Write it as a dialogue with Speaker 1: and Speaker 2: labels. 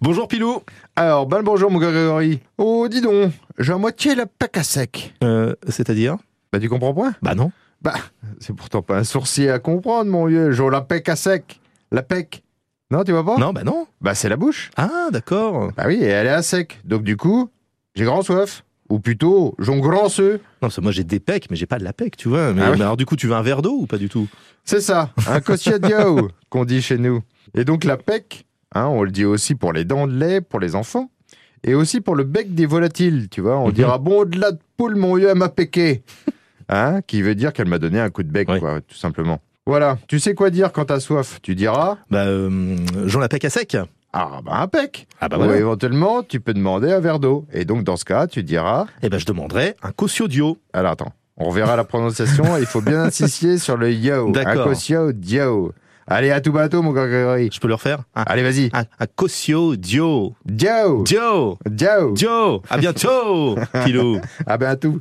Speaker 1: Bonjour Pilou
Speaker 2: Alors, ben le bonjour mon Grégory. Oh, dis donc, j'ai à moitié la pack à sec.
Speaker 1: euh, C'est-à-dire
Speaker 2: Bah, tu comprends point
Speaker 1: Bah non.
Speaker 2: Bah, c'est pourtant pas un sourcier à comprendre, mon vieux. J'ai la pack à sec. La pack. Non, tu vois pas
Speaker 1: Non, bah non.
Speaker 2: Bah, c'est la bouche.
Speaker 1: Ah, d'accord.
Speaker 2: Bah oui, et elle est à sec. Donc, du coup, j'ai grand soif. Ou plutôt, j'ai grand soif.
Speaker 1: Non, parce que moi j'ai des pecs, mais j'ai pas de la pec, tu vois. Mais,
Speaker 2: Ah oui.
Speaker 1: mais alors du coup, tu veux un verre d'eau ou pas du tout
Speaker 2: C'est ça, un cocciadio, qu'on dit chez nous. Et donc la PEC, hein, on le dit aussi pour les dents de lait, pour les enfants, et aussi pour le bec des volatiles, tu vois. On
Speaker 1: Mhm.
Speaker 2: dira, bon, au-delà de poule, mon vieux, elle m'a péqué. Hein, qui veut dire qu'elle m'a donné un coup de bec,
Speaker 1: Oui.
Speaker 2: quoi, tout simplement. Voilà, tu sais quoi dire quand t'as soif Tu diras,
Speaker 1: Bah, euh, Jean la pec à sec.
Speaker 2: ah, bah un PEC.
Speaker 1: Ah bah
Speaker 2: Ou
Speaker 1: voilà.
Speaker 2: éventuellement, tu peux demander un verre d'eau. Et donc, dans ce cas, tu diras,
Speaker 1: Eh ben je demanderais un cautiondio.
Speaker 2: alors attends, on reverra la prononciation, il faut bien insister sur le yo, un
Speaker 1: D'accord.
Speaker 2: cocciadio. Allez, à tout bateau, mon gars Grégory.
Speaker 1: Je peux le refaire Un,
Speaker 2: Allez, vas-y.
Speaker 1: un, un cautiondio.
Speaker 2: Ciao
Speaker 1: Dio
Speaker 2: Ciao
Speaker 1: Dio À bientôt, Pilou
Speaker 2: Ah ben à tout